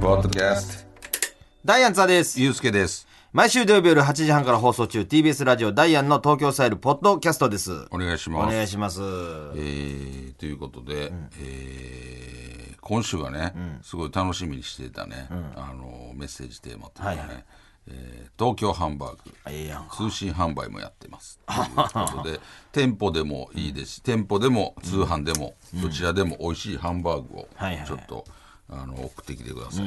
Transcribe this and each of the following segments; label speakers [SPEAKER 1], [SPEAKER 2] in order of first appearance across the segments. [SPEAKER 1] ポッドキャス
[SPEAKER 2] ダイアンツァです
[SPEAKER 1] ト。。ゆうすけです。
[SPEAKER 2] 毎週土曜日夜8時半から放送中、TBS ラジオダイアンの東京スタイルポッドキャストです。
[SPEAKER 1] お願いし
[SPEAKER 2] お
[SPEAKER 1] ます。
[SPEAKER 2] 願いします。
[SPEAKER 1] えーということで、えー今週はね、すごい楽しみにしてたね、あのメッセージテーマというかね、えー東京ハンバーグ。
[SPEAKER 2] ええやん。
[SPEAKER 1] 通信販売もやってます。ということで、店舗でもいいですし、店舗でも通販でも、どちらでも美味しいハンバーグを
[SPEAKER 2] はいはい
[SPEAKER 1] ちょっとあの送ってきてください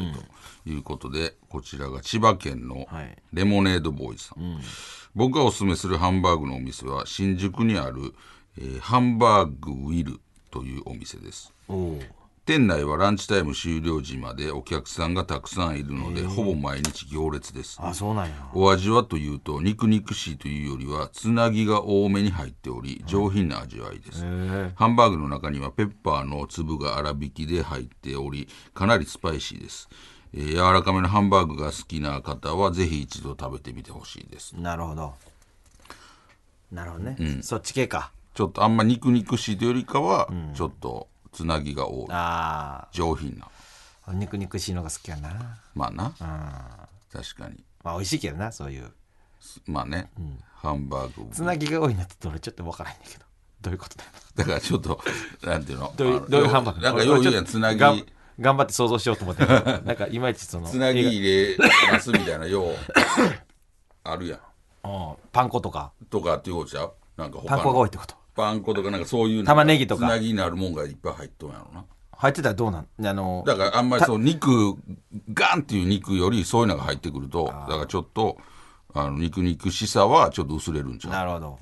[SPEAKER 1] ということで、こちらが千葉県の
[SPEAKER 2] はい
[SPEAKER 1] レモネードボーイズさん。僕がおすすめするハンバーグのお店は、新宿にある、えーハンバーグウィルというお店です。
[SPEAKER 2] おう
[SPEAKER 1] 店内はランチタイム終了時までお客さんがたくさんいるので、ほぼ毎日行列です。
[SPEAKER 2] あ、そうなんや。
[SPEAKER 1] お味はというと肉肉しいというよりはつなぎが多めに入っており上品な味わいです、ハンバーグの中にはペッパーの粒が粗挽きで入っておりかなりスパイシーです、えー柔らかめのハンバーグが好きな方はぜひ一度食べてみてほしいです
[SPEAKER 2] なるほど。なるほどね。そっち系か。
[SPEAKER 1] ちょっとあんま肉肉しいというよりかはちょっとつなぎが多い
[SPEAKER 2] あ
[SPEAKER 1] 上品な
[SPEAKER 2] あ、肉肉しいのが好きやな。
[SPEAKER 1] まあな
[SPEAKER 2] うん。ま
[SPEAKER 1] 確かに
[SPEAKER 2] あ、美味しいけどな、そういう。
[SPEAKER 1] まあね、ハンバーグ
[SPEAKER 2] つなぎが多いなって言うと俺ちょっとわからへんねんけど。どういうことだよ。
[SPEAKER 1] だからちょっとなんていうの
[SPEAKER 2] どうい
[SPEAKER 1] あの
[SPEAKER 2] う、どういうハンバーグ
[SPEAKER 1] なんかよう言うやん
[SPEAKER 2] 俺
[SPEAKER 1] つ
[SPEAKER 2] ちょっと
[SPEAKER 1] なぎ
[SPEAKER 2] がん頑張って想像しようと思 ってんけど。なんかいまいちその。
[SPEAKER 1] つなぎ入れますみた いな、よう、あるやん。
[SPEAKER 2] うんパン粉とか。
[SPEAKER 1] とかっていうことちゃうなんか他
[SPEAKER 2] パ
[SPEAKER 1] の
[SPEAKER 2] ン粉が多いってこと。
[SPEAKER 1] パン粉とかなんかそういうの
[SPEAKER 2] 玉ねぎとか
[SPEAKER 1] つなぎになるもんがいっぱい入っとんやろな。
[SPEAKER 2] 入ってたらどうなんあの、
[SPEAKER 1] だからあんまりそう肉、ガンっていう肉よりそういうのが入ってくると、だからちょっと、あの肉肉しさはちょっと薄れるんちゃう
[SPEAKER 2] なるほど、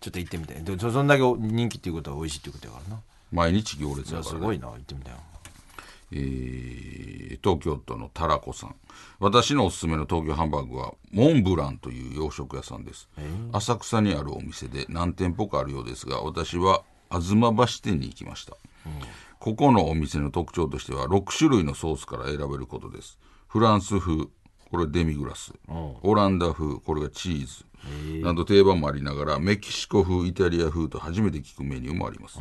[SPEAKER 2] ちょっと行ってみたいでそそんだけ人気っていうことは美味しいっていうことやからな
[SPEAKER 1] 毎日行列や
[SPEAKER 2] す
[SPEAKER 1] からね
[SPEAKER 2] ごいな行ってみたいな
[SPEAKER 1] えー東京都のたらこさん私のおすすめの東京ハンバーグはモンブランという洋食屋さんです、浅草にあるお店で何店舗かあるようですが私は東橋店に行きました、ここのお店の特徴としては6種類のソースから選べることですフランス風これデミグラス、オランダ風これがチーズ、など定番もありながらメキシコ風イタリア風と初めて聞くメニューもあります、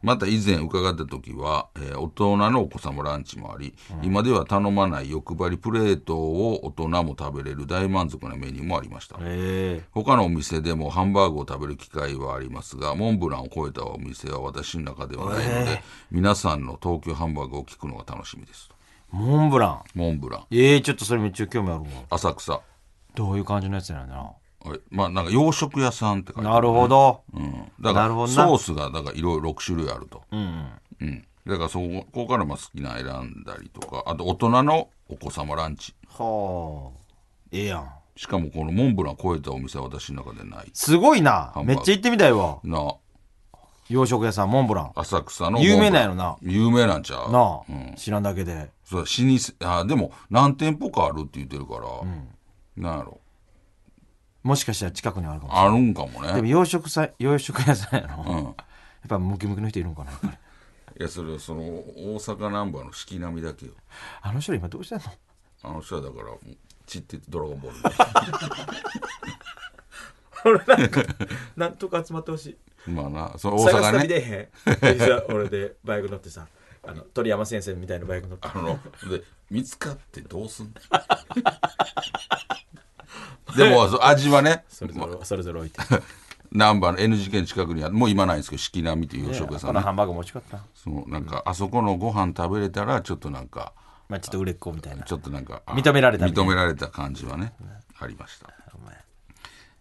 [SPEAKER 1] また以前伺った時は、えー大人のお子様ランチもあり、今では頼まない欲張りプレートを大人も食べれる大満足なメニューもありました、
[SPEAKER 2] え
[SPEAKER 1] 他のお店でもハンバーグを食べる機会はありますがモンブランを超えたお店は私の中ではないので、皆さんの東京ハンバーグを聞くのが楽しみです
[SPEAKER 2] モンブラン
[SPEAKER 1] モンブラン
[SPEAKER 2] ええちょっとそれめっちゃ興味あるわ
[SPEAKER 1] 浅草
[SPEAKER 2] どういう感じのやつなんだな
[SPEAKER 1] あれまあなんか洋食屋さんって書いてあ
[SPEAKER 2] なるほど、
[SPEAKER 1] うんだ
[SPEAKER 2] な
[SPEAKER 1] か
[SPEAKER 2] る
[SPEAKER 1] ら
[SPEAKER 2] ほどな
[SPEAKER 1] ソースがだからいろいろ6種類あると、うんだからそここからまあ好きなの選んだりとかあと大人のお子様ランチ
[SPEAKER 2] はあええやん
[SPEAKER 1] しかもこのモンブラン超えたお店は私の中でない
[SPEAKER 2] すごいな
[SPEAKER 1] ンバ
[SPEAKER 2] め
[SPEAKER 1] ーグ
[SPEAKER 2] っちゃ行ってみたいわ
[SPEAKER 1] な
[SPEAKER 2] 洋食屋さんモンブラン
[SPEAKER 1] 浅草の
[SPEAKER 2] 有名なんや
[SPEAKER 1] モン
[SPEAKER 2] ろな
[SPEAKER 1] ブラン有名なんちゃう
[SPEAKER 2] なあ、知らんだけで
[SPEAKER 1] そう老舗あでも何店舗かあるって言ってるから、なんやろ
[SPEAKER 2] もしかしたら近くにあるかもし
[SPEAKER 1] あるんかも
[SPEAKER 2] れないでも
[SPEAKER 1] ね
[SPEAKER 2] 洋食さ洋食屋さんやろ、
[SPEAKER 1] う
[SPEAKER 2] やっ
[SPEAKER 1] ん
[SPEAKER 2] ぱムキムキの人いるんかなやっぱり
[SPEAKER 1] いやそれはその大阪ナンバーの四季並みだけよ
[SPEAKER 2] あの人今どうしてんの
[SPEAKER 1] あの人はだからもう散ってドラゴンボール
[SPEAKER 3] 俺なんか、なんとか集まってほしい。
[SPEAKER 1] まあな、その大
[SPEAKER 3] 探す
[SPEAKER 1] 阪
[SPEAKER 3] 旅
[SPEAKER 1] ね。
[SPEAKER 3] でへん。実は俺でバイク乗ってさ、あの鳥山先生みたいなバイク乗って。
[SPEAKER 1] あの、で、見つかってどうすんの でも、そう味はね、
[SPEAKER 3] それぞれ、それぞれ置いて。
[SPEAKER 1] 南波の NGK の近くにある、もう今ないんですけど、四季並みという洋食屋さ
[SPEAKER 2] こ
[SPEAKER 1] ん
[SPEAKER 2] の
[SPEAKER 1] ね。
[SPEAKER 2] ハンバーグも美味しかったな
[SPEAKER 1] そのなんか、あそこのご飯食べれたら、ちょっとなんか、
[SPEAKER 2] まあちょっと売れっ子みたいな
[SPEAKER 1] ちょっとなんか、あ
[SPEAKER 2] 認められたみたい
[SPEAKER 1] 認
[SPEAKER 2] な
[SPEAKER 1] められた感じはね、ありました。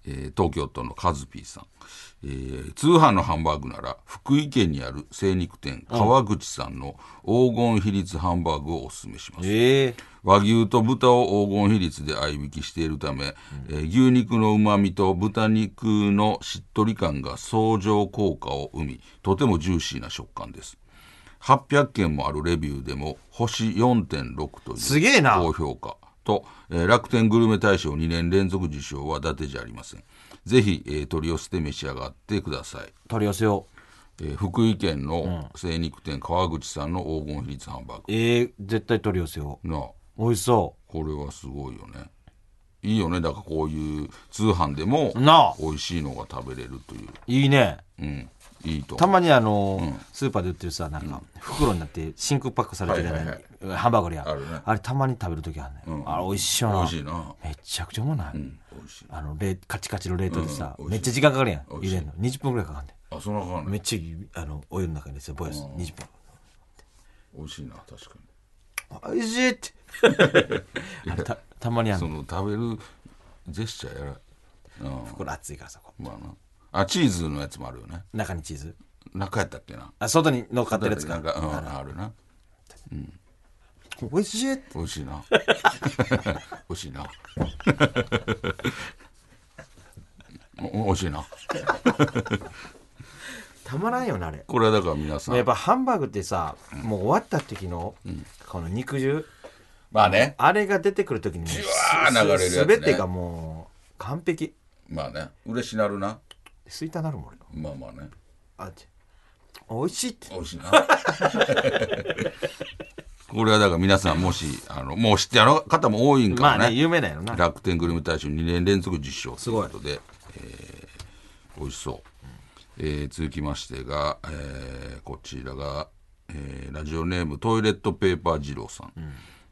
[SPEAKER 1] えー東京都のカズピーさん、えー通販のハンバーグなら福井県にある精肉店川口さんの黄金比率ハンバーグをおすすめします
[SPEAKER 2] ええ
[SPEAKER 1] 和牛と豚を黄金比率で合いびきしているため、えー牛肉の旨味と豚肉のしっとり感が相乗効果を生みとてもジューシーな食感です800件もあるレビューでも星4.6という
[SPEAKER 2] すげえな
[SPEAKER 1] 高評価と、えー楽天グルメ大賞2年連続受賞は伊達じゃありませんぜひ、えー取り寄せて召し上がってください
[SPEAKER 2] 取り寄せよう
[SPEAKER 1] えー福井県の精肉店川口さんの黄金比率ハンバーグ、
[SPEAKER 2] ええ絶対取り寄せよ
[SPEAKER 1] なあ
[SPEAKER 2] う美味しそ
[SPEAKER 1] これはすごいよね
[SPEAKER 2] う
[SPEAKER 1] いいよねだからこういう通販でも
[SPEAKER 2] なあ
[SPEAKER 1] 美味しいのが食べれるという、
[SPEAKER 2] いいね。
[SPEAKER 1] うん、いいと
[SPEAKER 2] たまにあの、スーパーで売ってるさ、なんか、袋になって真空パックされてるような
[SPEAKER 1] はいはい
[SPEAKER 2] ハンバーグあるやん。
[SPEAKER 1] あるね
[SPEAKER 2] あれたまに食べるときあるね、
[SPEAKER 1] ん
[SPEAKER 2] あれ美味しいよ
[SPEAKER 1] 美
[SPEAKER 2] な。
[SPEAKER 1] 味しいな
[SPEAKER 2] めちゃくちゃうまない、
[SPEAKER 1] 美味しい
[SPEAKER 2] あの冷カチカチの冷凍でさ、
[SPEAKER 1] うん美味しい
[SPEAKER 2] めっちゃ時間かかるやん
[SPEAKER 1] 美味
[SPEAKER 2] 入
[SPEAKER 1] しい
[SPEAKER 2] れんの20分ぐらいかかんね
[SPEAKER 1] あそんな感
[SPEAKER 2] ん
[SPEAKER 1] じ、
[SPEAKER 2] め
[SPEAKER 1] ね、
[SPEAKER 2] っちゃあのお湯の中にですよボイス20分
[SPEAKER 1] 美味しいな確かに
[SPEAKER 2] おいしいってあれたたまにあ
[SPEAKER 1] そ
[SPEAKER 2] の
[SPEAKER 1] の食べるジェスチャーやらうん
[SPEAKER 2] これ熱いからさこ
[SPEAKER 1] まあなあチーズのやつもあるよね
[SPEAKER 2] う中にチーズ
[SPEAKER 1] 中やったっけな
[SPEAKER 2] あ外に乗っかってるやつ
[SPEAKER 1] な
[SPEAKER 2] か
[SPEAKER 1] んか、うん、あるな
[SPEAKER 2] おいしいって
[SPEAKER 1] 美味しいな 美味しいな お美味しいな
[SPEAKER 3] たまらんよなあれ
[SPEAKER 1] これはだから皆さ
[SPEAKER 3] やっ
[SPEAKER 1] ん
[SPEAKER 3] ぱハンバーグってさもう終わった時のこの肉汁
[SPEAKER 1] まあね
[SPEAKER 3] あれが出てくる時にもう
[SPEAKER 1] わー流れるやつね
[SPEAKER 3] すべてがもう完璧
[SPEAKER 1] まあね嬉しなるな
[SPEAKER 3] 吸いたなるもん俺
[SPEAKER 1] まあまあね
[SPEAKER 3] あっちおいしいって
[SPEAKER 1] 美味しいな これはだから皆さんもしあのもう知ってあの方も多いんかも
[SPEAKER 2] まあね有名だよな
[SPEAKER 1] 楽天グルメ大賞2年連続実証ということで、えー美味しそう、えー続きましてが、えーこちらが、えーラジオネームトイレットペーパー二郎さん、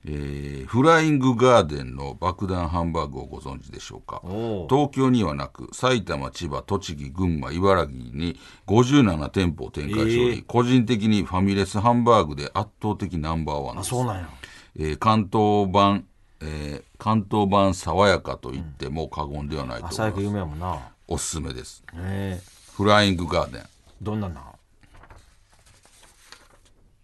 [SPEAKER 1] えーフライングガーデンの爆弾ハンバーグをご存知でしょうか
[SPEAKER 2] おう
[SPEAKER 1] 東京にはなく埼玉千葉栃木群馬茨城に57店舗を展開しており、
[SPEAKER 2] ええ
[SPEAKER 1] 個人的にファミレスハンバーグで圧倒的ナンバーワンで
[SPEAKER 2] あ
[SPEAKER 1] す
[SPEAKER 2] そうなんや
[SPEAKER 1] えー関東版、えー関東版爽やかと言っても過言ではないと思いま
[SPEAKER 2] 朝
[SPEAKER 1] す、
[SPEAKER 2] 焼け有名やもんな
[SPEAKER 1] おすすめです
[SPEAKER 2] ええ
[SPEAKER 1] フライングガーデン
[SPEAKER 2] どんなんなん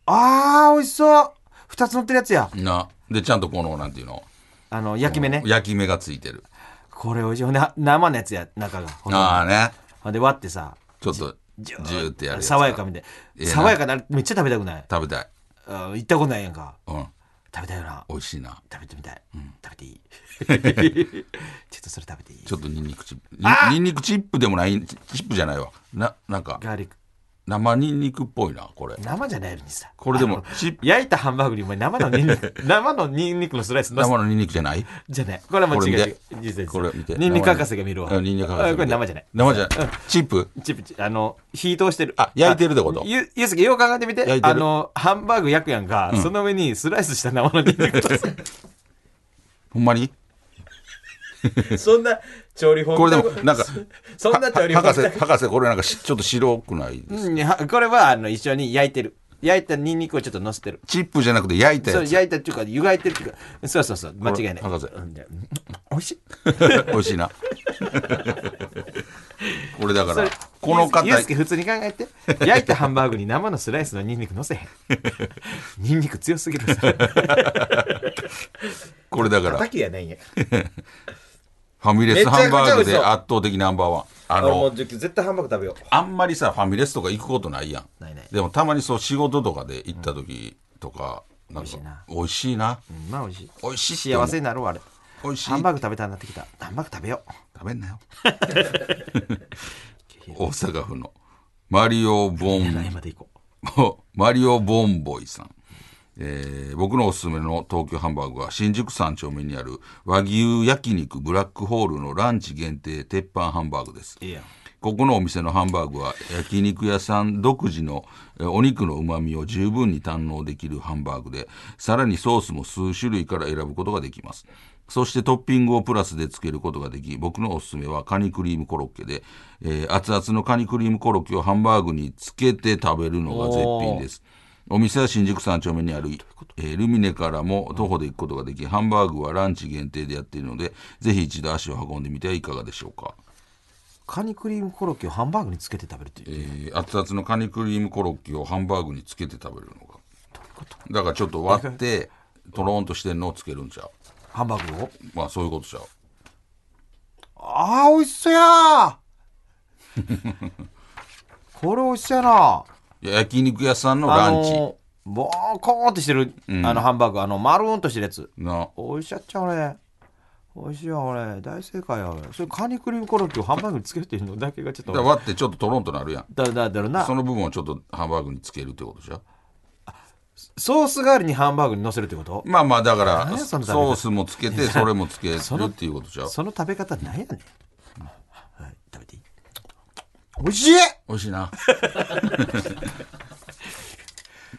[SPEAKER 2] あー美味しそう二つ乗ってるやつや
[SPEAKER 1] なでちゃんとこのなんていうの
[SPEAKER 2] あの焼き目ね
[SPEAKER 1] 焼き目がついてる
[SPEAKER 2] これ美味しいほんで生のやつや中がほんで
[SPEAKER 1] ああね
[SPEAKER 2] ほんで割ってさ
[SPEAKER 1] ちょっとジューってやるやつ
[SPEAKER 2] 爽やかみたい
[SPEAKER 1] ええな
[SPEAKER 2] 爽やかなあれめっちゃ食べたくない
[SPEAKER 1] 食べたい
[SPEAKER 2] あ行ったことないやんか
[SPEAKER 1] うん
[SPEAKER 2] 食べたいよな
[SPEAKER 1] 美味しいな
[SPEAKER 2] 食べてみたい食べていい ちょっとそれ食べていい
[SPEAKER 1] ちょっとニンニクチップにニンニクチップでもないチチップじゃないわななんか
[SPEAKER 2] ガーリック
[SPEAKER 1] 生ニンニクっぽいなこれ
[SPEAKER 2] 生じゃないのにさ
[SPEAKER 1] これでも
[SPEAKER 2] あの
[SPEAKER 1] チップ
[SPEAKER 2] 焼いたハンバーグにお前生のニ ンニク生のニンニクのスライスの
[SPEAKER 1] 生のニンニクじゃない
[SPEAKER 2] じゃないこれはもう違う違う
[SPEAKER 1] こ
[SPEAKER 2] 実際
[SPEAKER 1] これ見て
[SPEAKER 2] ニンニク博士が見るわ
[SPEAKER 1] あニンニク博士
[SPEAKER 2] あこれ生じゃない
[SPEAKER 1] 生じゃないチップ
[SPEAKER 2] チップチあの火通してる
[SPEAKER 1] あ焼いてるってこと
[SPEAKER 2] ゆゆうすけよう考えてみて
[SPEAKER 1] 焼いてる
[SPEAKER 2] あのハンバーグ焼くやんか、その上にスライスした生のニンニクと
[SPEAKER 1] ほんまに
[SPEAKER 3] そんな調理法
[SPEAKER 1] これでもなんか
[SPEAKER 3] そんな調理法
[SPEAKER 1] は博士博士これなんかしちょっと白くないです
[SPEAKER 2] うんはこれはあの一緒に焼いてる焼いたニンニクをちょっと乗せてる
[SPEAKER 1] チップじゃなくて焼いた
[SPEAKER 2] そ
[SPEAKER 1] や
[SPEAKER 2] う
[SPEAKER 1] つ
[SPEAKER 2] 焼いたっていうか湯がいてるっていうかそうそうそう間違いない
[SPEAKER 1] 博士
[SPEAKER 2] うんでうん美味しい
[SPEAKER 1] 美味しいなこれだか
[SPEAKER 2] そ
[SPEAKER 1] ら
[SPEAKER 2] れ
[SPEAKER 1] この方
[SPEAKER 2] ゆうすけ普通に考えて 焼いたハンバーグに生のスライスのニンニク乗せ へんニンニク強すぎるさ
[SPEAKER 1] これだからフ
[SPEAKER 3] 叩きやないんや
[SPEAKER 1] ァミレ
[SPEAKER 3] め
[SPEAKER 1] ス
[SPEAKER 3] ちゃくちゃ
[SPEAKER 1] ハンバーグ
[SPEAKER 3] 美味し
[SPEAKER 1] で
[SPEAKER 3] そう
[SPEAKER 1] 圧倒的ナンバーワンあ
[SPEAKER 3] あのも
[SPEAKER 1] の
[SPEAKER 3] う絶対ハンバーグ食べよう
[SPEAKER 1] あんまりさファミレスとか行くことないやん
[SPEAKER 2] ないない
[SPEAKER 1] でもたまにそう仕事とかで行った時とかなん
[SPEAKER 2] 美味しいな
[SPEAKER 1] か美味しいな
[SPEAKER 2] うんまあ美味しい
[SPEAKER 1] 美味しいって思う
[SPEAKER 2] 幸せになるわあれ
[SPEAKER 1] 美味しい
[SPEAKER 2] ハンバーグ食べたくなってきたハンバーグ食べよう
[SPEAKER 1] 食べんなよ大阪府のマリオ・ボン
[SPEAKER 2] 来まで行こう
[SPEAKER 1] マリオ・ボンボイさん、えー僕のおすすめの東京ハンバーグは新宿三丁目にある和牛焼肉ブラックホールのランチ限定鉄板ハンバーグです
[SPEAKER 2] いいやん
[SPEAKER 1] ここのお店のハンバーグは焼肉屋さん独自のえーお肉のうまみを十分に堪能できるハンバーグでさらにソースも数種類から選ぶことができますそしてトッピングをプラスでつけることができ僕のおすすめはカニクリームコロッケで、えー熱々のカニクリームコロッケをハンバーグにつけて食べるのが絶品ですお店は新宿三丁目にある、えールミネからも徒歩で行くことができハンバーグはランチ限定でやっているのでぜひ一度足を運んでみてはいかがでしょうか
[SPEAKER 2] カニクリームコロッケをハンバーグにつけて食べるっていう
[SPEAKER 1] えー熱々のカニクリームコロッケをハンバーグにつけて食べるのがだからちょっと割ってとろんとしてんのをつけるんちゃう
[SPEAKER 2] ハンバーグを
[SPEAKER 1] まあそういうことちゃう
[SPEAKER 2] あー美味しそうや ーこれ美味しそうやない
[SPEAKER 1] や焼肉屋さんの
[SPEAKER 2] あ
[SPEAKER 1] ランチ、
[SPEAKER 2] のー、ボーコーンとしてる、あのハンバーグあの丸ーンとしてるやつ
[SPEAKER 1] な
[SPEAKER 2] 美味しちゃっちゃ俺美味しいわ俺大正解や俺それカニクリームコロッケをハンバーグにつけるっていうのだけがちょっ
[SPEAKER 1] だから
[SPEAKER 2] と
[SPEAKER 1] 割ってちょっととろんとなるやん
[SPEAKER 2] だだだろな
[SPEAKER 1] その部分をちょっとハンバーグにつけるってことじゃう
[SPEAKER 2] ソース代わりにハンバーグに乗せるってこと
[SPEAKER 1] まあまあだか
[SPEAKER 2] 何
[SPEAKER 1] ら
[SPEAKER 2] や
[SPEAKER 1] ソ
[SPEAKER 2] その食べ方
[SPEAKER 1] ースもつけてそれもつけるっていうことじゃう
[SPEAKER 2] その食べ方なんやねん、はい、食べていいおいしい
[SPEAKER 1] 美味しいな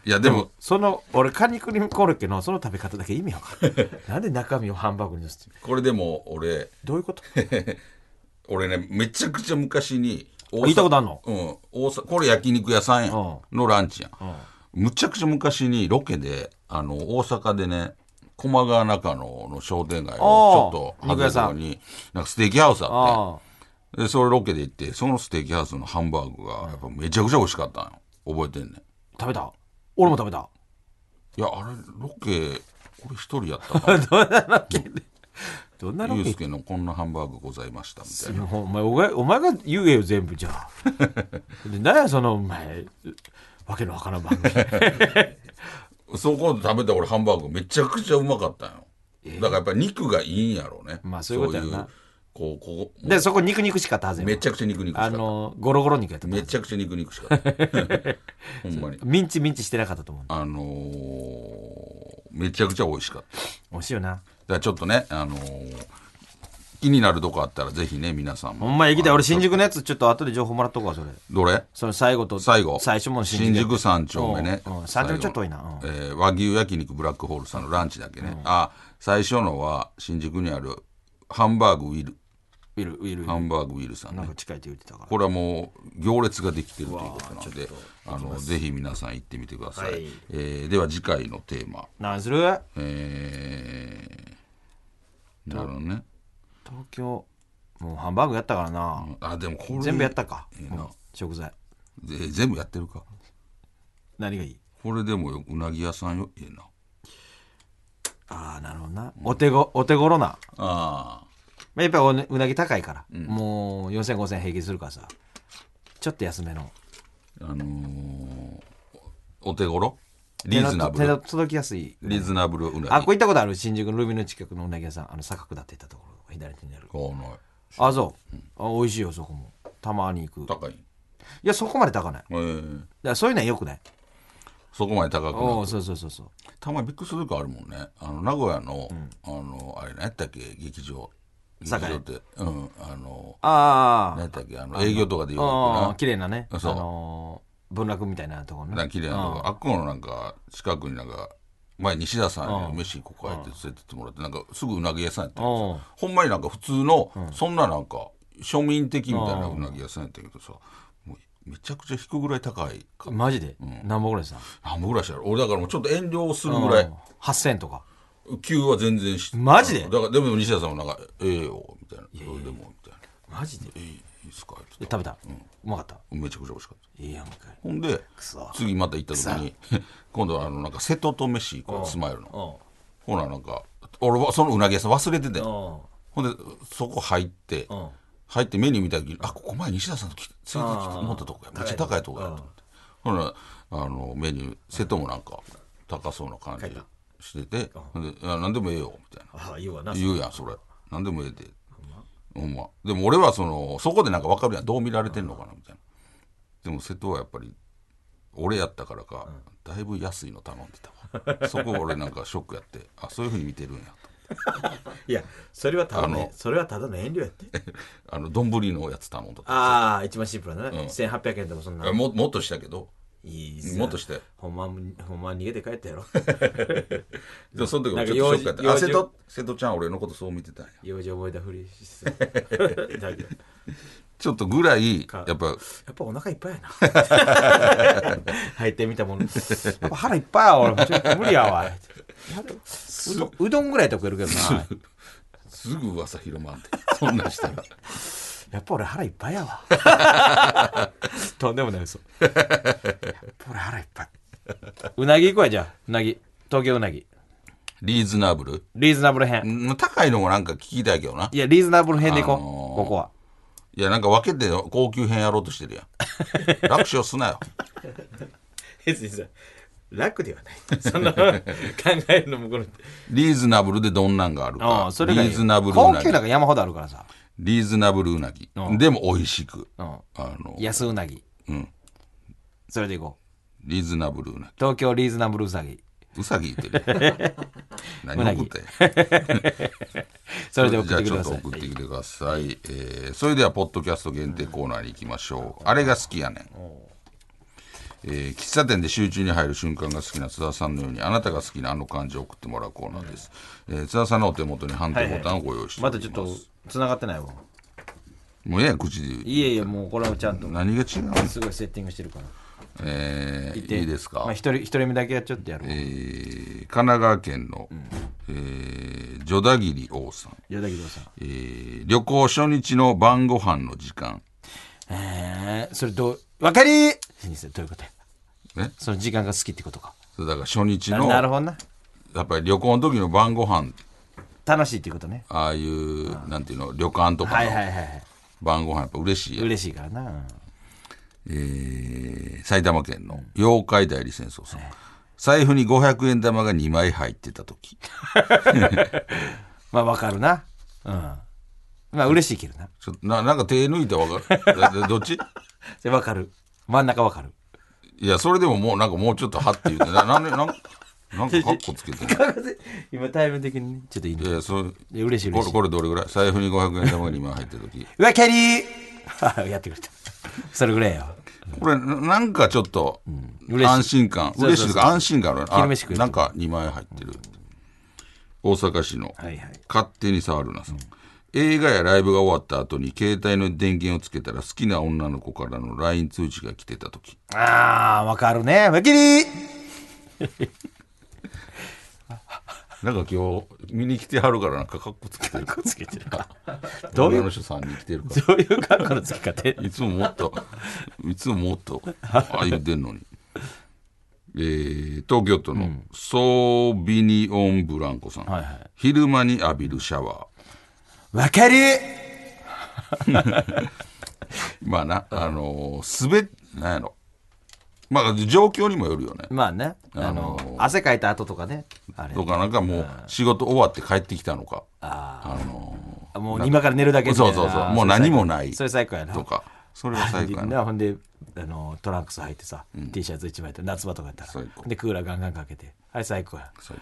[SPEAKER 1] いやでも
[SPEAKER 2] その俺カニクリームコロッケのその食べ方だけ意味わか んないなんで中身をハンバーグに乗せて
[SPEAKER 1] これでも俺
[SPEAKER 2] どういうこと
[SPEAKER 1] 俺ねめちゃくちゃ昔に大阪
[SPEAKER 2] 行ったことあんの
[SPEAKER 1] うん大阪これ焼肉屋さんやんのランチやんむちゃくちゃ昔にロケであの大阪でね駒川中野の商店街のちょっと外れたとこになんかステーキハウスあって
[SPEAKER 2] あ
[SPEAKER 1] で、それロケで行って、そのステーキハウスのハンバーグが、やっぱめちゃくちゃ美味しかったんよ。覚えてんねん。
[SPEAKER 2] 食べた俺も食べた
[SPEAKER 1] いや、あれ、ロケ、俺一人やったか
[SPEAKER 2] どんな
[SPEAKER 1] ら、
[SPEAKER 2] ロ
[SPEAKER 1] ゆう
[SPEAKER 2] ケ
[SPEAKER 1] すけのこんなハンバーグございました、みたいな。
[SPEAKER 2] お前お前お前が言えよ全部じゃあ で何やそのお前わけのわからん番組
[SPEAKER 1] そこで食べた俺ハンバーグめちゃくちゃうまかったんよ。だからやっぱ肉がいいんやろうね。
[SPEAKER 2] まあそういうことやな
[SPEAKER 1] そういうこう、ここ、
[SPEAKER 2] でそこ肉肉しかったはずや
[SPEAKER 1] めちゃくちゃ肉肉しか
[SPEAKER 2] あ
[SPEAKER 1] った。
[SPEAKER 2] のゴロゴロ肉やったと思
[SPEAKER 1] め
[SPEAKER 2] う
[SPEAKER 1] ちゃくちゃ肉肉しかった。 ほんまに。
[SPEAKER 2] ミンチミンチしてなかったと思う
[SPEAKER 1] あのー、めちゃくちゃ美味しかった。
[SPEAKER 2] 美味しいよな
[SPEAKER 1] だからちょっとね、あのー気になるとこあったらぜひね、皆さんも。
[SPEAKER 2] ほんま行きたい俺新宿のやつちょっと後で情報もらっとこうわそれ
[SPEAKER 1] どれ
[SPEAKER 2] その最後と
[SPEAKER 1] 最後。
[SPEAKER 2] 最初も新宿
[SPEAKER 1] 新宿三丁目ね。
[SPEAKER 2] うんうん三丁目ちょっと多いなうん
[SPEAKER 1] えー和牛焼肉ブラックホールさんのランチだけね。あ、最初のは新宿にあるハンバーグウィル、
[SPEAKER 2] ウィルウィルウ
[SPEAKER 1] ハ
[SPEAKER 2] ィル
[SPEAKER 1] ンバーグウィルさん
[SPEAKER 2] なん
[SPEAKER 1] ね
[SPEAKER 2] か。近いって言ってたから
[SPEAKER 1] これはもう行列ができてるということなので、あの、ぜひ皆さん行ってみてください。
[SPEAKER 3] はい
[SPEAKER 1] えーでは次回のテーマ。
[SPEAKER 2] 何する
[SPEAKER 1] えー、なるほどね。
[SPEAKER 2] 東京もうハンバーグやったからな、
[SPEAKER 1] あ、でもこれ、
[SPEAKER 2] 全部やったか、
[SPEAKER 1] ええな
[SPEAKER 2] うん食材
[SPEAKER 1] えー全部やってるか。
[SPEAKER 2] 何がいい
[SPEAKER 1] これでもようなぎ屋さんよええな
[SPEAKER 2] ああなるほどなお手ごお手頃な
[SPEAKER 1] あ
[SPEAKER 2] まあやっぱりおねうなぎ高いから、もう40005000平均するからさちょっと安めの
[SPEAKER 1] ああのー、お手頃リーズナブ
[SPEAKER 2] 手の
[SPEAKER 1] ル
[SPEAKER 2] 手の届きやすい
[SPEAKER 1] リーズナブルうな
[SPEAKER 2] あ
[SPEAKER 1] ぎ
[SPEAKER 2] これ行ったことある新宿のルミの近くのうなぎ屋さんあの坂下っていったところ左手にある
[SPEAKER 1] この
[SPEAKER 2] あそう、あ美味しいよそこもたまに行く
[SPEAKER 1] 高い
[SPEAKER 2] いやそこまで高ないだか
[SPEAKER 1] えー、
[SPEAKER 2] らそういうのはよくない
[SPEAKER 1] そこまで高く
[SPEAKER 2] お
[SPEAKER 1] な
[SPEAKER 2] お
[SPEAKER 1] い
[SPEAKER 2] そうそうそうそう
[SPEAKER 1] たまにびっくりする時あるもんねあの名古屋の、あのあれ何やったっけ劇場劇場ってうんあの
[SPEAKER 2] ああ、
[SPEAKER 1] 何やったっけあの営業とかで言う
[SPEAKER 2] あ
[SPEAKER 1] わ
[SPEAKER 2] あ綺麗なね、あ
[SPEAKER 1] そう
[SPEAKER 2] のー文楽みたいなところ
[SPEAKER 1] けな
[SPEAKER 2] ね。
[SPEAKER 1] 綺麗なとこあっこのなんか近くになんか前西田さんに飯ここ入って連れてってもらってなんかすぐうなぎ屋さんやったんですよ
[SPEAKER 2] うん
[SPEAKER 1] ほんまになんか普通の、そんななんか庶民的みたいなうなぎ屋さんやったけどさ、もうめちゃくちゃ引くぐらい高いか
[SPEAKER 2] マジで、何本ぐらいしたの
[SPEAKER 1] 何本ぐらいしたら俺だからもうちょっと遠慮するぐらい
[SPEAKER 2] ?8000 とか。
[SPEAKER 1] 急は全然し
[SPEAKER 2] マジで
[SPEAKER 1] だからでも西田さんもなんか「ええよ」みたいな「それでも」みたいな
[SPEAKER 2] マジで
[SPEAKER 1] 「ええいいっすか」って言って
[SPEAKER 2] 食べた、うまかった。
[SPEAKER 1] めちゃくちゃ美味しかった
[SPEAKER 2] いいやんかい。
[SPEAKER 1] ほんで
[SPEAKER 2] そ
[SPEAKER 1] 次また行った時に 今度はあのなんか瀬戸と飯行こうスマイルのほらなんか俺はそのうなぎ屋さん忘れててほんでそこ入って
[SPEAKER 3] ん
[SPEAKER 1] 入ってメニュー見た時にあここ前西田さんと来てついて思ったとこやめっちゃ高いとこやと思ってほらあのメニュー瀬戸もなんか高そうな感じしててほんでいや何でもええよみたいな
[SPEAKER 3] ああ言うわな
[SPEAKER 1] 言うやんそれ何でもええでほんまでも俺はそのそこでなんか分かるやんどう見られてんのかなみたいなでも瀬戸はやっぱり俺やったからかだいぶ安いの頼んでたわそこ俺なんかショックやってあそういうふうに見てるんやと
[SPEAKER 3] いやそれはただ
[SPEAKER 1] あ
[SPEAKER 3] ね
[SPEAKER 1] の
[SPEAKER 3] それはただの遠慮やって
[SPEAKER 1] あの丼のやつ頼んだ
[SPEAKER 3] ああ一番シンプルだね1800円でもそんな
[SPEAKER 1] ももっとしたけど
[SPEAKER 3] いいっすね
[SPEAKER 1] もっとして
[SPEAKER 3] ほんまほんま逃げて帰ったや ろ
[SPEAKER 1] でもその時
[SPEAKER 3] な
[SPEAKER 1] 俺
[SPEAKER 3] んか
[SPEAKER 1] ちょっとショックやってあ
[SPEAKER 3] 用事
[SPEAKER 1] 瀬戸瀬戸ちゃん俺のことそう見てたんや
[SPEAKER 3] 用事覚えたふりして だけど
[SPEAKER 1] ちょっとぐらいやっぱ
[SPEAKER 3] やっぱお腹いっぱいやな 入ってみたもの
[SPEAKER 2] やっぱ腹いっぱいや、俺。ちょっと無理や わ。やっとうどんうどんぐらいとか食えるけどな。
[SPEAKER 1] すぐ噂広まん てそんなんしたら
[SPEAKER 2] やっぱ俺腹いっぱいやわ。 とんでもない嘘。やっぱ俺腹いっぱい。うなぎ行こうや、じゃあ。うなぎ。東京うなぎ。
[SPEAKER 1] リーズナブル
[SPEAKER 2] リーズナブル編。
[SPEAKER 1] うん高いのもなんか聞きたいけどない
[SPEAKER 2] や、リーズナブル編で行こう。
[SPEAKER 1] あのー
[SPEAKER 2] ここは。
[SPEAKER 1] いやなんか分けて高級編やろうとしてるや ん楽勝すなよ
[SPEAKER 3] 別にさ楽ではないそんな考えるのもこの
[SPEAKER 1] リーズナブルでどんなんがある
[SPEAKER 2] あ
[SPEAKER 1] か
[SPEAKER 2] あ、それがいい
[SPEAKER 1] リーズナブルう
[SPEAKER 2] 高
[SPEAKER 1] な
[SPEAKER 2] 級
[SPEAKER 1] ぎ
[SPEAKER 2] なんか山ほどあるからさ。
[SPEAKER 1] リーズナブルうなぎでも美味しく
[SPEAKER 2] うん。
[SPEAKER 1] あの
[SPEAKER 2] 安うなぎ。
[SPEAKER 1] うん
[SPEAKER 2] それでいこ
[SPEAKER 1] リーズナブルうな
[SPEAKER 2] 東京リーズナブルうさぎ。
[SPEAKER 1] ぎ。うさぎってね。 何送ったんや
[SPEAKER 2] それで送って
[SPEAKER 1] じ
[SPEAKER 2] く
[SPEAKER 1] ゃあ
[SPEAKER 2] だ
[SPEAKER 1] ちょ
[SPEAKER 2] さ
[SPEAKER 1] っ
[SPEAKER 2] い
[SPEAKER 1] と。送ってきてください。えーそれでは、ポッドキャスト限定コーナーに行きましょう。あれが好きやねん。えー喫茶店で集中に入る瞬間が好きな津田さんのようにあなたが好きなあの漢字を送ってもらうコーナーです、えー津田さんのお手元に判定ボタンをご用意してお
[SPEAKER 2] ま
[SPEAKER 1] り
[SPEAKER 2] た
[SPEAKER 1] ます、
[SPEAKER 2] ちょっと、繋がってないわ。
[SPEAKER 1] もうええやん口で言う
[SPEAKER 2] いえいえ、もうこれはちゃんと、
[SPEAKER 1] 何が違うの
[SPEAKER 2] すごいセッティングしてるから。
[SPEAKER 1] えーいいですか、
[SPEAKER 2] まあ、一人、一人目だけやっちゃってやろう
[SPEAKER 1] え。ー神奈川県の、えージョダギリ王さん、
[SPEAKER 2] 矢田木さん。
[SPEAKER 1] えー旅行初日の晩ご飯の時間
[SPEAKER 2] えー、それどう、わかり先生、どういうことや
[SPEAKER 1] え
[SPEAKER 2] その時間が好きってことか。
[SPEAKER 1] それだから初日
[SPEAKER 2] な
[SPEAKER 1] の
[SPEAKER 2] なるほどな。
[SPEAKER 1] やっぱり旅行の時の晩ご飯
[SPEAKER 2] 楽しいってことね。
[SPEAKER 1] ああいうなんていうの旅館とか
[SPEAKER 2] はい
[SPEAKER 1] の
[SPEAKER 2] はいはいはい。
[SPEAKER 1] 晩ご飯やっぱ嬉しいやん、
[SPEAKER 2] 嬉しいからな。
[SPEAKER 1] えー埼玉県の妖怪代理戦争さん、財布に500円玉が2枚入ってた時
[SPEAKER 2] まあ、わかるな。うん。まあ、嬉しいけどな。
[SPEAKER 1] ちょっとななんか手抜いたらわかるどっち
[SPEAKER 2] それわかる。真ん中わかる。
[SPEAKER 1] いやそれでももうなんかもうちょっとはって言うてななんでなんなんかカッコつけてる
[SPEAKER 2] 今、タイム的にね、ちょっといいね
[SPEAKER 1] い。やそれ
[SPEAKER 2] いや嬉しい
[SPEAKER 1] こ
[SPEAKER 2] 嬉
[SPEAKER 1] れ
[SPEAKER 2] しい。
[SPEAKER 1] これどれぐらい財布に500円玉が2枚入ってた時
[SPEAKER 2] うわ、キャリー やってくれた。それぐらいよ。
[SPEAKER 1] これななんかちょっと
[SPEAKER 2] 嬉しい
[SPEAKER 1] 安心感、
[SPEAKER 2] そうそうそう
[SPEAKER 1] 嬉しいというか安心感ある
[SPEAKER 2] 昼飯食
[SPEAKER 1] あ
[SPEAKER 2] える
[SPEAKER 1] なんか2枚入ってる、大阪市の
[SPEAKER 2] はいはい
[SPEAKER 1] 勝手に触るなさん、映画やライブが終わった後に携帯の電源をつけたら好きな女の子からの LINE 通知が来てた時
[SPEAKER 2] あー、わかるね。わきり
[SPEAKER 1] なんか今日見に来てはるからなんかカッコつけてる
[SPEAKER 2] つけてる。どう い
[SPEAKER 1] 女
[SPEAKER 2] う、
[SPEAKER 1] の人さんに来てるから
[SPEAKER 2] どういう格好のつき方
[SPEAKER 1] いつももっと、いつももっと、ああ言ってんのに。えー東京都のソービニオン・ブランコさん、
[SPEAKER 2] はいはい
[SPEAKER 1] 昼間に浴びるシャワ
[SPEAKER 2] わかる
[SPEAKER 1] ー。まあな、あのー、滑っ、なんやろ。まあ、状況にもよるよね。
[SPEAKER 2] まあね、あの、汗かいた後とかね、あれ
[SPEAKER 1] と、か、なんかもう、仕事終わって帰ってきたのか。
[SPEAKER 2] あ
[SPEAKER 1] あの
[SPEAKER 2] ーもう今から寝るだけみたい
[SPEAKER 1] そ
[SPEAKER 2] な
[SPEAKER 1] うそうそう。もう何もない。
[SPEAKER 2] それ最高やな。
[SPEAKER 1] とか。それは最高やな。
[SPEAKER 2] なほんであのトランクス履いてさ、T シャツ一枚やって夏場とかやったら
[SPEAKER 1] 最高
[SPEAKER 2] でクーラーガンガンかけてあれ最高や
[SPEAKER 1] 最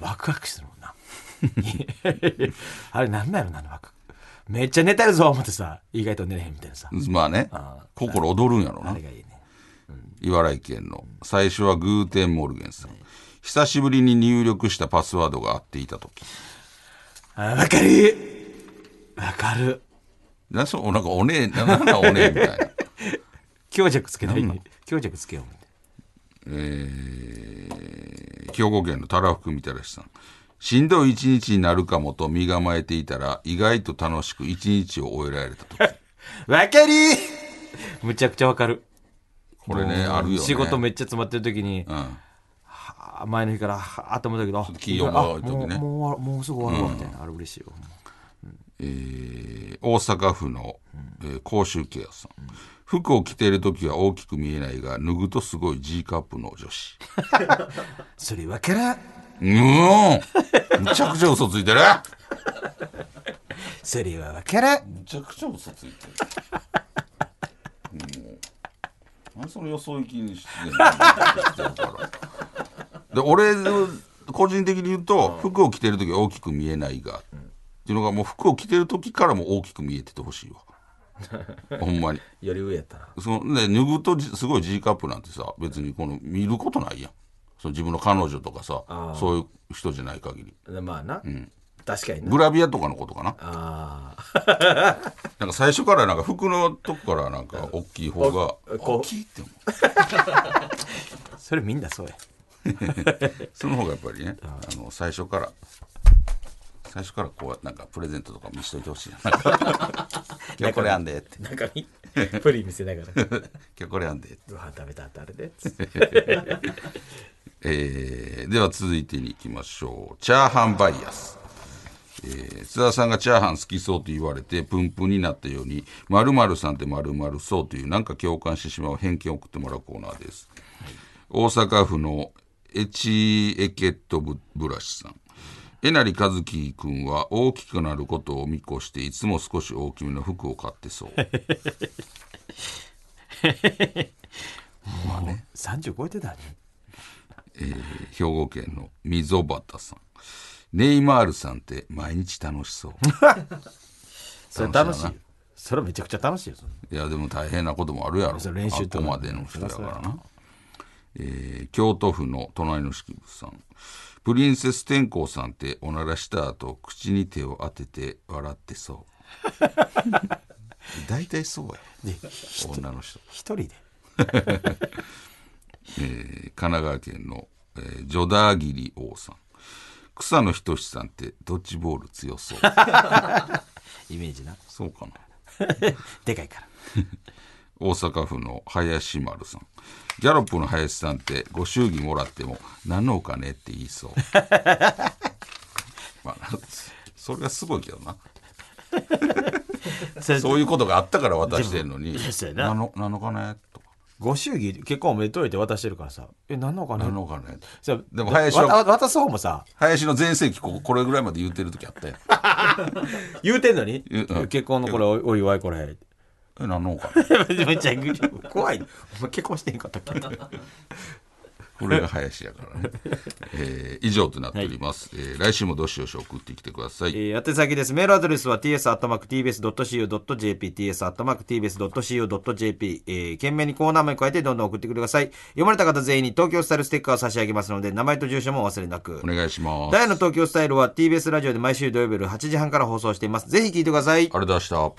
[SPEAKER 1] 高
[SPEAKER 2] ワクワクしてるも んなあれなんなんやろなあのワクワクめっちゃ寝てるぞ思ってさ意外と寝れへんみたいなさ、
[SPEAKER 1] まあね
[SPEAKER 2] あ、
[SPEAKER 1] 心躍るんやろな
[SPEAKER 2] あれ。がいいね
[SPEAKER 1] 茨城県の最初はグーテンモルゲンさん久しぶりに入力したパスワードが合っていた時
[SPEAKER 2] あーわかるわかる
[SPEAKER 1] なそうなんかおねえななんだおねえみたいな
[SPEAKER 2] 強弱つけないで強弱つけよう思って
[SPEAKER 1] えー兵庫県のたらふくみたらしさんしんどい一日になるかもと身構えていたら意外と楽しく一日を終えられた時
[SPEAKER 2] わかるむちゃくちゃわかる
[SPEAKER 1] これねあるよね
[SPEAKER 2] 仕事めっちゃ詰まってる時に、
[SPEAKER 1] うん
[SPEAKER 2] あ前の日からはあ頭だけどあ
[SPEAKER 1] 気重い時ね
[SPEAKER 2] もうもう終わるもうすぐ終わるわみたいな、あれ嬉しいよ
[SPEAKER 1] えー大阪府の、えー甲州ケアさん服を着ている時は大きく見えないが脱ぐとすごい G カップの女子
[SPEAKER 2] それわからん
[SPEAKER 1] うーんむちゃくちゃ嘘ついてる
[SPEAKER 2] それはわからん
[SPEAKER 1] むちゃくちゃ嘘つ いてる。もう、何その予想行きにしてんので、俺の個人的に言うと、服を着てる時は大きく見えないが、っていうのがもう服を着てる時からも大きく見えててほしいわ。 ほんまに。
[SPEAKER 3] より上やったな。
[SPEAKER 1] そので脱ぐとじすごい G カップなんてさ別にこの見ることないやんその自分の彼女とかさそういう人じゃない限り
[SPEAKER 3] でまあな。確かにな。
[SPEAKER 1] グラビアとかのことかな
[SPEAKER 3] ああ。
[SPEAKER 1] なんか最初からなんか服のとこからなんか大きい方が
[SPEAKER 3] おこう
[SPEAKER 1] 大きいって思う
[SPEAKER 2] それみんなそうや
[SPEAKER 1] その方がやっぱりねあの最初から最初からこうなんかプレゼントとか見しといて ほしいな今日これあんでって
[SPEAKER 3] 中身、 プリン見せながら。
[SPEAKER 1] 今日これあんでって、
[SPEAKER 3] ご飯食べたってあれ で。つって
[SPEAKER 1] えーでは続いてに行きましょうチャーハンバイアス、えー津田さんがチャーハン好きそうと言われてプンプンになったように〇〇さんって〇〇そうというなんか共感してしまう偏見を送ってもらうコーナーです、大阪府のエチエケットブブラシさん。えなりかずきくんは大きくなることを見越していつも少し大きめの服を買ってそう。まあね
[SPEAKER 2] 30超えてたね。
[SPEAKER 1] 兵庫県の溝端さんネイマールさんって毎日楽しそう
[SPEAKER 2] それ楽しいよ。それめちゃくちゃ楽しいよ。そんない
[SPEAKER 1] やでも大変なこともあるやろ
[SPEAKER 2] それ練習と
[SPEAKER 1] あ
[SPEAKER 2] か
[SPEAKER 1] くまでの人やからな、えー京都府の隣の式部さんプリンセス天功さんっておならした後口に手を当てて笑って そう大体そうや
[SPEAKER 2] で、
[SPEAKER 1] ろ女の人
[SPEAKER 2] 一人で。
[SPEAKER 1] えー神奈川県の、えージョダーギリ王さん草野仁さんってドッジボール強 そう
[SPEAKER 2] イメージな。
[SPEAKER 1] そうかな
[SPEAKER 2] でかいから。
[SPEAKER 1] 大阪府の林丸さんギャロップの林さんってご祝儀もらっても何のお金って言いそう まあそれがすごいけどな
[SPEAKER 2] それ
[SPEAKER 1] そういうことがあったから渡してんのに
[SPEAKER 2] そうやな
[SPEAKER 1] 何の何のお金とか
[SPEAKER 2] ご祝儀、結婚おめでとう言って渡してるからさ。え、何のお金
[SPEAKER 1] 何のお金
[SPEAKER 2] そう
[SPEAKER 1] でも林は
[SPEAKER 2] わた渡す方もさ、
[SPEAKER 1] 林の全盛期こここれぐらいまで言ってる 時あったよ
[SPEAKER 2] 言うてんのに、
[SPEAKER 1] えうん
[SPEAKER 2] 結婚のこれおお祝いこれ。
[SPEAKER 1] え何のお金
[SPEAKER 2] めちゃくちゃ怖い。お前結婚してんかったっ け
[SPEAKER 1] これが林やからね、 えー以上となっております、えー来週もどしどし送ってきてください
[SPEAKER 2] えー、宛先です。メールアドレスは ts.tbs.cu.jp、ts.tbs.cu.jp、えー、懸命にコーナー名加えてどんどん送ってください。読まれた方全員に東京スタイルステッカーを差し上げますので、名前と住所もお忘れなく
[SPEAKER 1] お。願いしますあ
[SPEAKER 2] ダイの東京スタイルは TBS ラジオで毎週土曜日夜8時半から放送しています。ぜひ聞いてください。
[SPEAKER 1] れ出した